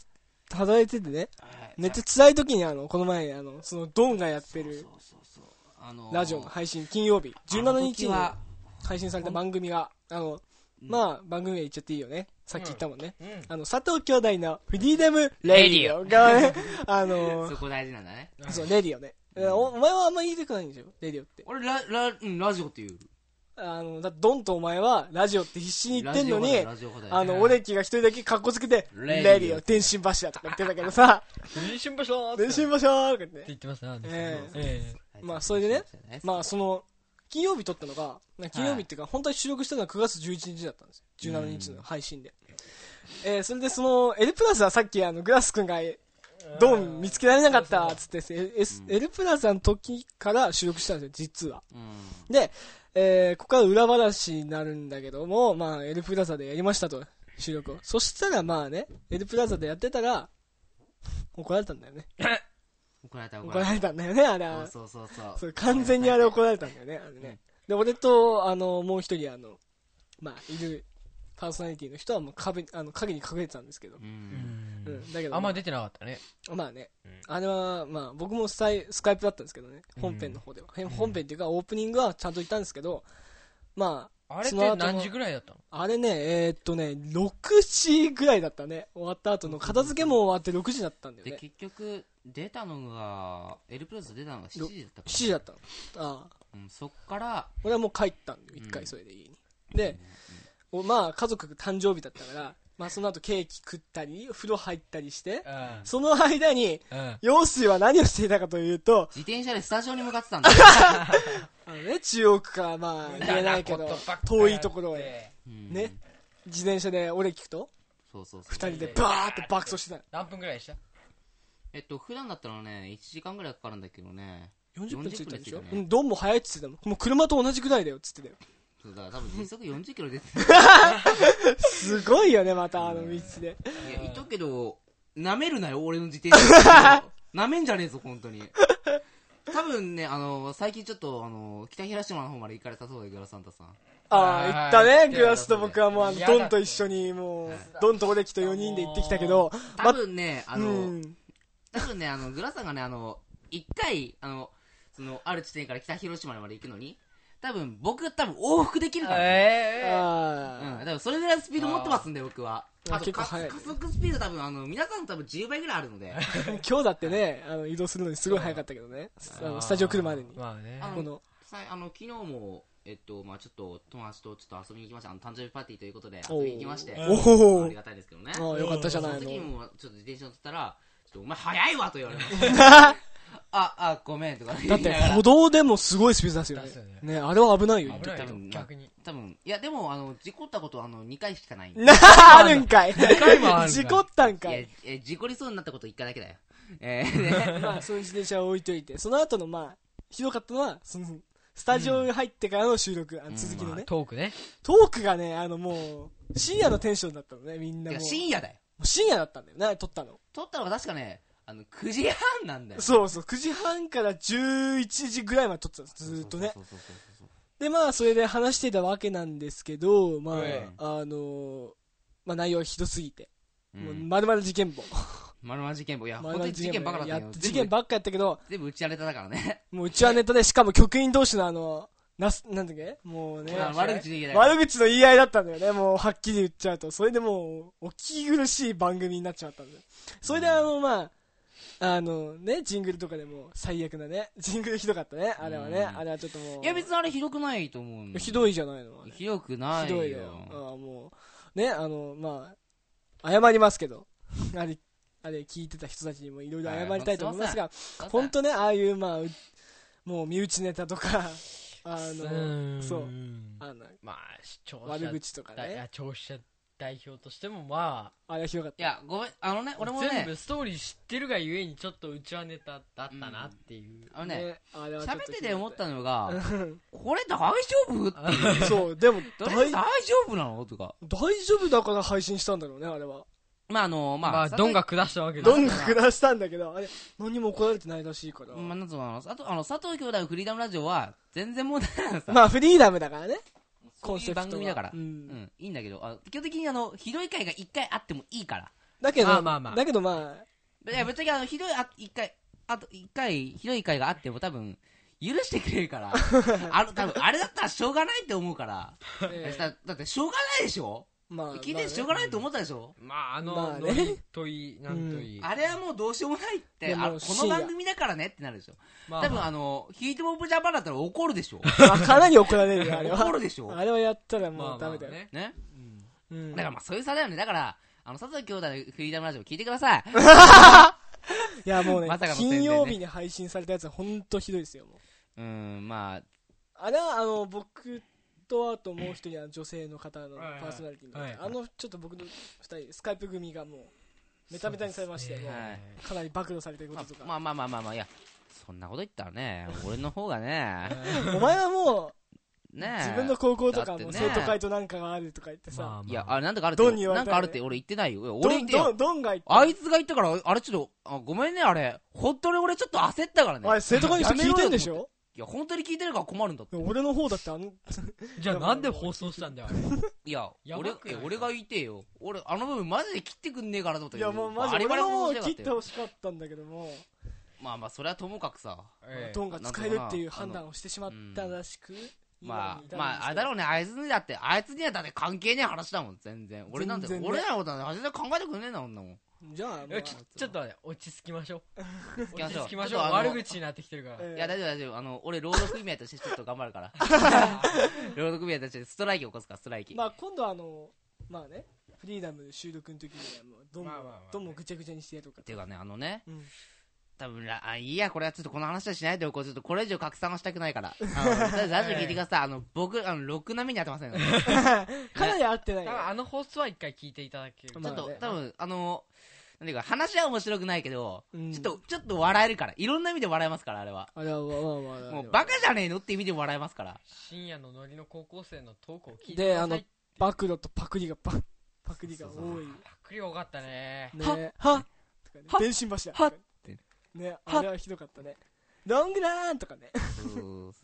C: 働いててね、
B: はい
C: めっちゃ辛い時にあの、この前、あの、そのドンがやって
B: そ
C: る
B: うそうそうあのー
C: ラジオの配信、金曜日、
B: あの
C: 17日
B: 時
C: に
B: は
C: 配信された番組が、あの、まあ、番組名言っちゃっていいよね。さっき言ったもんね。
A: うん
C: あの、佐藤兄弟のフリーダムレディオがね、 <laughs> あの
B: そ、こ大事なんだね
C: そう、レディオね。おお前はあんま言いたくないんでしょレディオって。
B: 俺ララ,、うん、ラジオっていう
C: あの、だってドンとお前はラジオって必死に言ってんのに、
B: ラジオ課題
C: あの、俺キが一人だけ格好つけて、
B: レ
C: レ
B: ディオ
C: ディオ、天心柱とか言ってたけどさ、
A: 練習場所
C: 天心柱とか言って
A: って。言ってますな
C: ええ
A: え
C: まあそれでねまあその金曜日撮ったのがな金曜日っていうか、本当は収録したのが9月11日だったんですよ17日の配信で、えーそれでその L プラスはさっきあのグラス君がえドン見つけられなかったっつって、S
B: うん
C: L プラスの時から収録したんですよ実は
B: うん
C: で、えーここから裏話になるんだけども、まあ、エルプラザでやりましたと、収録を。そしたら、まあね、エルプラザでやってたら、怒られたんだよね。
B: 怒られた怒
C: 怒
B: られ
C: ら
B: た
C: れたんだよね、あれは
B: そうそうそうそう
C: そう完全にあれ怒られたんだよね、あれね。で、俺と、あの、もう一人、あの、まあ、いるパーソナリティの人はもう壁にあの影に隠れてたんですけど、
B: うん。
C: うんだけど
A: あんま出てなかったね
C: まあね、
A: うん
C: あれは、まあ、僕もスタイスカイプだったんですけどね
A: うん
C: 本編の方では、へ本編っていうかオープニングはちゃんといたんですけどま
A: あれっ
C: その
A: て
C: 後も
A: 何時ぐらいだったの
C: ああれねえーっとね6時ぐらいだったね終わった後の片付けも終わって6時だったんだよ
B: で、
C: ね
B: 結局、出たのが、エルプラス出たのが7時だったか
C: 7時だったのああ
B: ら。うん、そっから、
C: 俺はもう帰ったんだよ一
B: う
C: 回
B: ん
C: それで家に、で、おまあ家族誕生日だったから、まあ、その後ケーキ食ったり風呂入ったりして
A: う
C: その間に
A: んうん
C: 陽水は何をしていたかというと、
B: 自転車でスタジオに向かって
C: <laughs>
B: たんだよ。
C: あのね、中央区からまあ言えないけど
A: 無駄ことばっかりやっ
C: 遠
A: て
C: いところへ
B: うん
C: ね。自転車で俺聞くと
B: そうそうそう。
C: 二人でバーって爆走してたの
A: 何分ぐらいでした
B: えっと、普段だったらね、1時間ぐらいかかるんだけどね。
C: 40分ついたでし
B: 40
C: ょ
B: 分着いた
C: う
B: ね
C: んどんも早いっつってたもんもう車と同じぐらいだよっつってたよ
B: そうだ、多分時速40キロ出て
C: <laughs> すごいよねまたあの道で
B: いや、言っとくけど、舐めるなよ、俺の自転
C: <laughs>
B: 車。舐めんじゃねえぞ、本当に。多分ね、あの、最近ちょっと、あの、北広島の方まで行かれたそうで、グラサンタさん。
C: <laughs> ああ
A: あー
C: 行った
A: 行った
C: ね
A: よ
C: グラスと僕はもうあの
A: 嫌だっ
C: ド
A: て
C: ンと一緒にもう
B: はい
C: ドンとオレキと4人で行ってきたけど
B: 多分ね、あ
C: う
B: の、
C: ん
B: 多分ね、あの、グラさんがね、あの、一回、あの、その、ある地点から北広島まで行くのに、多分、僕、多分往復できるから、ね。
A: え
C: あ
B: うん、多分それぐらいのスピード持ってますんで、僕は。
C: あ
B: あと、
C: 結構
B: か
C: 速い
B: 加速スピード多分、あの、皆さんの多分10倍ぐらいある
C: <laughs>
B: ので、
C: あ今日だってねあの移動するのにすごい早かったけどねあのスタジオ来るまでに
A: えまあね
B: あ
C: この
B: さあの、昨日も、えっと、まあちょっと、友達とちょっと遊びに行きました。あの、誕生日パーティーということで、遊びに行きまして。
C: おお
B: あり
C: ー
B: がたいですけどね。
C: あーよかったじゃ
B: そ
C: な
B: の時
C: い
B: にも、
C: の
B: ちょっと自転車乗ってたら、ちょっと、お前早いわと言われま
C: <laughs>
B: した。あ、あ、ごめんとか
C: だ
B: 言
C: っ
B: い
C: て
B: ながら
C: 歩道でもすごいスピード出すよね
A: 出すよね
C: ねあれは危ないよ
A: 危ない
B: 多
A: よ
B: 分
A: 逆に
B: 多分いやでもあの事故ったことはあの2回しかないんで
C: な <laughs> <laughs> あるんかい
A: 回もあるんだ
C: 事故ったん
B: い
C: か
B: や
C: い
B: え事故りそうになったこと1回だけだよ <laughs> え
C: <laughs>
B: ー
C: まあそういう自転車を置いといてその後のまあひどかったのはそのスタジオに入ってからの収録、あの続きのね、
A: まあトークね
C: トークがねあのもう深夜のテンションだったのねみんな
B: て
C: もう
B: か深夜だよ
C: もう深夜だったんだよな撮ったの
B: 撮ったのが確かねあの9時半なんだよ
C: そうそう9時半から11時ぐらいまで撮ってたんですずーっとね
B: そうそうそうそう
C: でまあそれで話してたわけなんですけどまあ、
A: ええ
C: あのまあ内容はひどすぎて、
B: そう
C: も
B: う
C: うん丸々事件簿
B: まるまる事件簿いや本当
C: 丸々
B: に事件ばっかだった
C: や
B: けど
C: 事件ばっかやったけど
B: 全部打ち荒れただからね
C: もううちはネタで、しかも局員同士のあの、なす、なんだっけもうね、
B: まあ悪口で言えない
C: 悪口の言い合いだったんだよね、もうはっきり言っちゃうと。それでもう、お聞き苦しい番組になっちゃったんだよ。それであの、まあ、あのね、ジングルとかでも最悪だね。 <laughs> ジングルひどかったね、あれはね。
B: うん
C: あれはちょっともう。
B: いや別にあれひどくないと思うの
C: ひ
B: い
C: どいじゃないの。あれ
B: ひどくない
C: ひど
B: よ
C: いよ。ああ、もう、ね、あの、まあ、謝りますけど、あれ、あれ聞いてた人たちにもいろいろ謝りたいと思いますが、 <laughs> 本当ね、ああいう、まあ、うもう身内ネタとか、 <laughs> あの、そうう、
A: ん
C: あの、
A: まあ視聴者
C: 悪口とか
A: だい
C: ね、
A: や聴取者代表としてもま
C: あれはひどかっ
B: いやごめんあのね
A: あ
B: 俺もね
A: 全部ストーリー知ってるがゆえにちょっとうちはネタだったなっていう、
B: あ
C: た。
B: のね、
C: あれはちょ
B: 喋
C: と
B: っ
C: ひど
B: てて思ったのが
C: ん
B: これ大丈夫って
C: そう、でも、
B: ど
C: 大
B: れ大丈
C: 大
B: 夫なのとか
C: 丈夫だから配信したんだろうね、あれは。
B: まああのまあ
A: まあ
B: さ
A: ドンが下したわけだ
C: どんが下したんだけど、あれ、何も怒られてないらしいから。
B: まあ、なんつうのあとあの佐藤兄弟フリーダムラジオは全然問題ない
C: <laughs>
B: のさ、
C: まあ、フリーダムだからね。
B: そういう番組だから
C: コンセプトはうん
B: うんいいんだけどあの基本的にあのひどい回が1回あってもいいから
C: だけど、
A: まあまあまあ
C: だけ
B: <laughs>
C: どま
B: いやぶっちゃけあのひどいあ1回あと1回ひどい回があっても多分許してくれるから
C: <laughs>
B: あの多分あれだったらしょうがないって思うから、
C: あ、ええ
B: だだってしょうがないでしょ
C: まあ、
B: 聞いててしょう
C: まあ
B: がないと思ったでしょ、
A: まああの、
C: まあね
A: ノリといいなんといい、
B: あれはもうどうしようもないっ
C: い
B: て
C: や
B: あ
C: も
B: の
C: う
B: この
C: 深夜
B: 番組だからねってなるでしょ
A: まあ
B: 多分あのヒートモップジャパンだったら怒るでしょ
C: まあかなり怒られるよ、あれは。
B: 怒るでしょ
C: あれはやったら
A: ま
C: も
A: あ
C: うダメだよ。
A: ね
B: ね
A: うん
C: うん
B: だからまあそういう差だよね。だから、あの、佐藤兄弟のフリーダムラジオ聞いてくだ
C: <laughs>
B: さい。
C: いやもうね
B: まさか、の宣伝
C: 金
B: ね
C: 曜日に配信されたやつは本当ひどいですよ。もう
B: うーん、まあ、
C: あれはあの僕とあともう一人あの女性の方のパーソナリティの
A: はいはい
C: 方あのちょっと僕の二人スカイプ組がもうメタメタにされまして
A: そう
C: も
A: です
B: は
A: ね
B: い
C: かなり暴露されてるこ
B: ま
C: と
B: あ
C: とか、
B: まあまあまあまあまあ、いや、そんなこと言ったらね、俺の方が
C: <laughs>
B: ね、
C: お前はもう
B: ねえ
C: 自分の高校とか
B: だ
C: も
B: っ
C: う
B: て
C: 生
B: ね
C: 徒会となんかがあるとか言って
A: まあま
C: さ
A: あ
B: いや、あれなんとかあるって、
C: ドンに言われ
B: な
C: た
B: ん
C: ね
B: かあるって俺言ってないよ。いや俺
C: ド
B: 言
C: ン
B: ってよ
C: ド。ンドンが言って
B: あいつが言ったから、あれちょっと、あごめんね、あれ。本当に俺ちょっと焦ったからね。
C: おい生徒会の人聞いてんでしょ
B: いや、本当に聞いてるから困るんだって。
C: 俺の方だってあの、
A: じゃあなんで放送したんだよ、あれ。
B: いや、
A: やばくない、
B: 俺いや俺が言いてえよ。俺、あの部分マジで切ってくんねえからと思った
C: い
B: けど
C: やもうマジ
B: バリバ
C: 俺
B: リ
C: の
B: 放送
C: 方を
B: しやがっ
C: 切
B: て
C: ってほしかったんだけども、
B: まあまあ、それはともかくさ。
C: <laughs>
A: ええ
C: トンが使えるっていう判断をしてしまったらしく、
B: まあ、
C: 今に至るんですけど
B: まあ、あれだろうね、あいつにだって、あいつにはだって関係ねえ話だもん、全然。俺なんて、
C: 全然ね
B: 俺らのことなんて初め考えてくんねえな、女も。
C: じゃあ、ま
A: え
C: あ
A: ちょちょっと待って落ち着きましょう落
B: きましょう
A: ち着きまし
B: ち
A: ょ
B: ょ
A: う
B: っとあの
A: 悪口になってきてるから
C: えー
B: いや、大丈夫大丈夫。あの、俺、労働組合としてちょっと頑張る
C: <laughs>
B: から。労働組合としてストライキ起こすから、ストライキ。
C: まあ今度はあの、まあね、フリーダム収録の時にはもうどんどん、
A: まあまあまあ
C: どんどんぐちゃぐちゃにしてやろうか
B: っていうかね、あのね、 <laughs>
C: うん
B: 多分ら、あ、いいや、これはちょっとこの話はしないでおこう。ちょっとこれ以上拡散はしたくない
C: <laughs>
B: から。あの、とりあえずラジオ聞いてください。あの、僕、あの、ロック並みにやってません
C: <laughs>
B: ので。ち
C: かなり合ってない
A: 多
C: よ
A: 分あの放送は一回聞いていただける
C: ま
B: ょ
C: あ
B: っ
C: ね
B: と、多分、あの、なんていうか、話は面白くないけど、
C: うん
B: ちょっと、ちょっと笑えるから。いろんな意味で笑えますから、あれは。
C: あれはまあまあまあ
B: も
C: まあ
B: う、バカじゃねえのって意味で笑えますから。
A: 深夜のノリの高校生のトークを聞いてく
C: で
A: だ
C: あ
A: さ
C: の
A: い
C: 暴露とパクリがパパクリが多い
A: パクリ多かったね
C: ね
B: は
C: とかね
B: は
C: 電信柱と
B: は
C: か
B: っ
C: ね
B: て
C: ね
B: は
C: あれはひどかったねロングランとかね
B: そう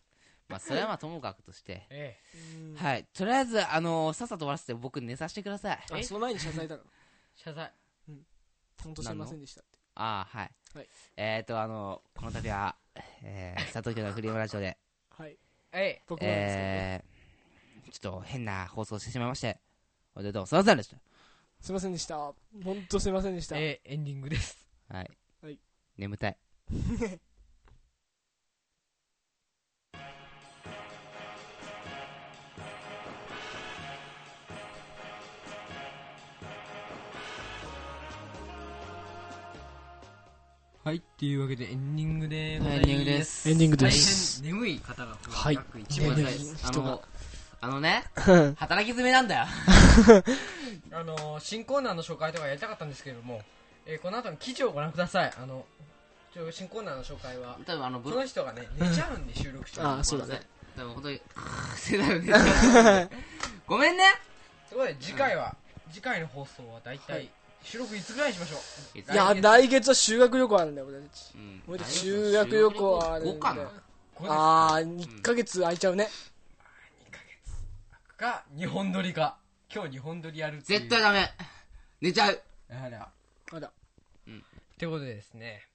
B: まあ、それはまあ、ともかくとして。
A: ええ
C: うん
B: はい。とりあえず、あのさっさと終わらせて僕寝させてください。
C: あ
A: え
C: その前に謝罪だから
A: 謝罪
C: 本当すいませんでしたって
B: ああ、はい。
C: はい
B: えっ、ー、と、あの、この度は、 <laughs> えー、佐藤家のフリームラジオで、
C: はい
A: え
C: 僕もなんですけど
B: え
C: ね
B: ー、ちょっと変な放送をしてしまいまして、おめでとうございませんでし
C: すいませんでした本当すいませんでした
A: えええエンディングです
B: た。はい。
C: はい
B: 眠たい。
A: はいっていうわけでエンディングで
B: ございますエンディングです
C: エンディングです
A: 大変眠い方が
C: はい
A: 約一番
C: 眠
A: 辛
C: い
A: いです
B: あ
C: 人が
B: の、あの <laughs> ね、働き詰めなんだよ。
A: あのー新コーナーの紹介とかやりたかったんですけれども、えーこの後の記事をご覧くださいあのちょ新コーナーの紹介は
B: 多分あの、
A: そ
B: ブロ
A: の人がね寝ちゃうんで収録中に
C: あそうだね
B: 多分本当に、 <laughs> あー世代を寝ち <laughs> ゃうごめんね。
A: ということで次回は、次回の放送は大体、
C: はい
A: 収録いつぐらいにしましょう
B: い
C: いや来月は修学旅行あるんだよ俺たち
B: うん
C: 俺たち修学旅行ある
B: 行こう
C: んだ
B: か
C: よ
B: な。
A: これです
C: ああ1ヶ月空いちゃうね
A: が日本撮りか今日日本撮りやるっていう
B: 絶対ダメ。寝ちゃう。
A: あら
C: あら
A: ってことでですね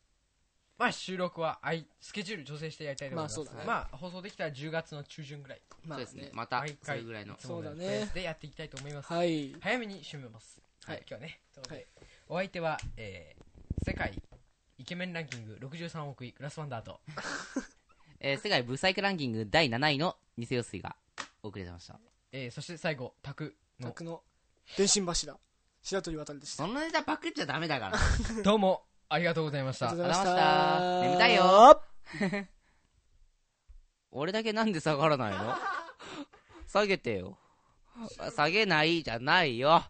A: まあ収録はあいスケジュール調整してやりたいと思います
C: まあそうだね
A: まあ放送できたら10月の中旬ぐらい
C: まあ
B: そうですね。また、それぐらいの。
A: つもの
C: そうだね
A: ペースでやっていきたいと思います、
C: はい
A: 早めに締めます
C: は
A: はいい、今日はねということで
C: はい
A: お相手は、えー世界イケメンランキング63億位グラスワンダーと
B: えー世界ブサイクランキング第7位の偽陽水がお送りしました。
A: えーそして最後タク
C: <laughs>
A: の
C: 宅の電信柱白鳥渡でした
B: そのネタパクっちゃダメだから。
A: どうもありがとうございまし
C: あり
A: た
C: がとうございまし
B: あ
C: た
B: りがとうございました眠たいよ <laughs> 俺だけなんで下がらない <laughs> の下げてよ。あ下げないじゃないよ。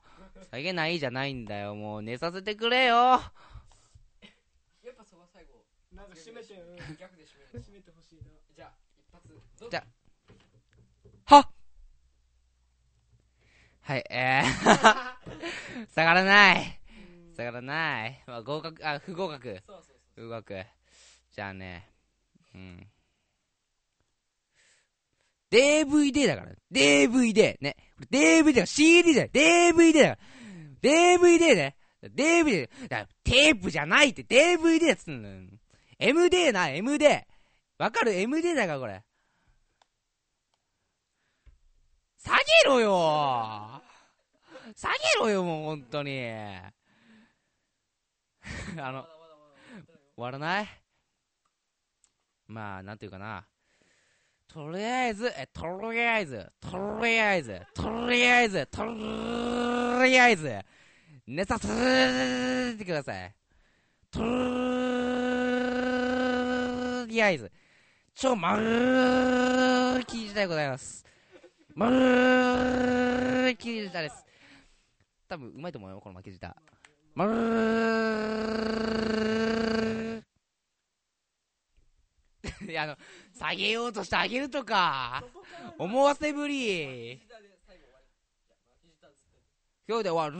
B: 下げないじゃないんだよ。もう寝させてくれよ。
A: やっぱそこは最後
C: なんか閉めて、うん、
A: 逆で締める
C: 閉めてほしいな。
A: じゃあ一発どうぞ
B: じゃははい、えー、 <laughs> 下がらない。下がらない。まあ、合格、あ、不合格。
A: そうそうそう
B: 不合格。じゃあね、うん。DVD だから。DVD! ね。これ DVD だから CD だよ。DVD だから。DVD だよ。DVD だからテープじゃないって DVD だっつってんのよ。MD な、MD! わかる ?MD だからこれ。下げろよ下げろよもう本当に。 <laughs> あの、終わらないまあ、なんていうかな。とりあえず、え、とりあえず、とりあえず、とりあえず、とりあえず、寝させてください。とりあえず、超まるっきり時代でございます。まるっきり時代です。多分、うまいと思うよ、この負け時代。まるーい <laughs> や、あの、下げようとしてあげるとか、思わせぶり。今日で終わる。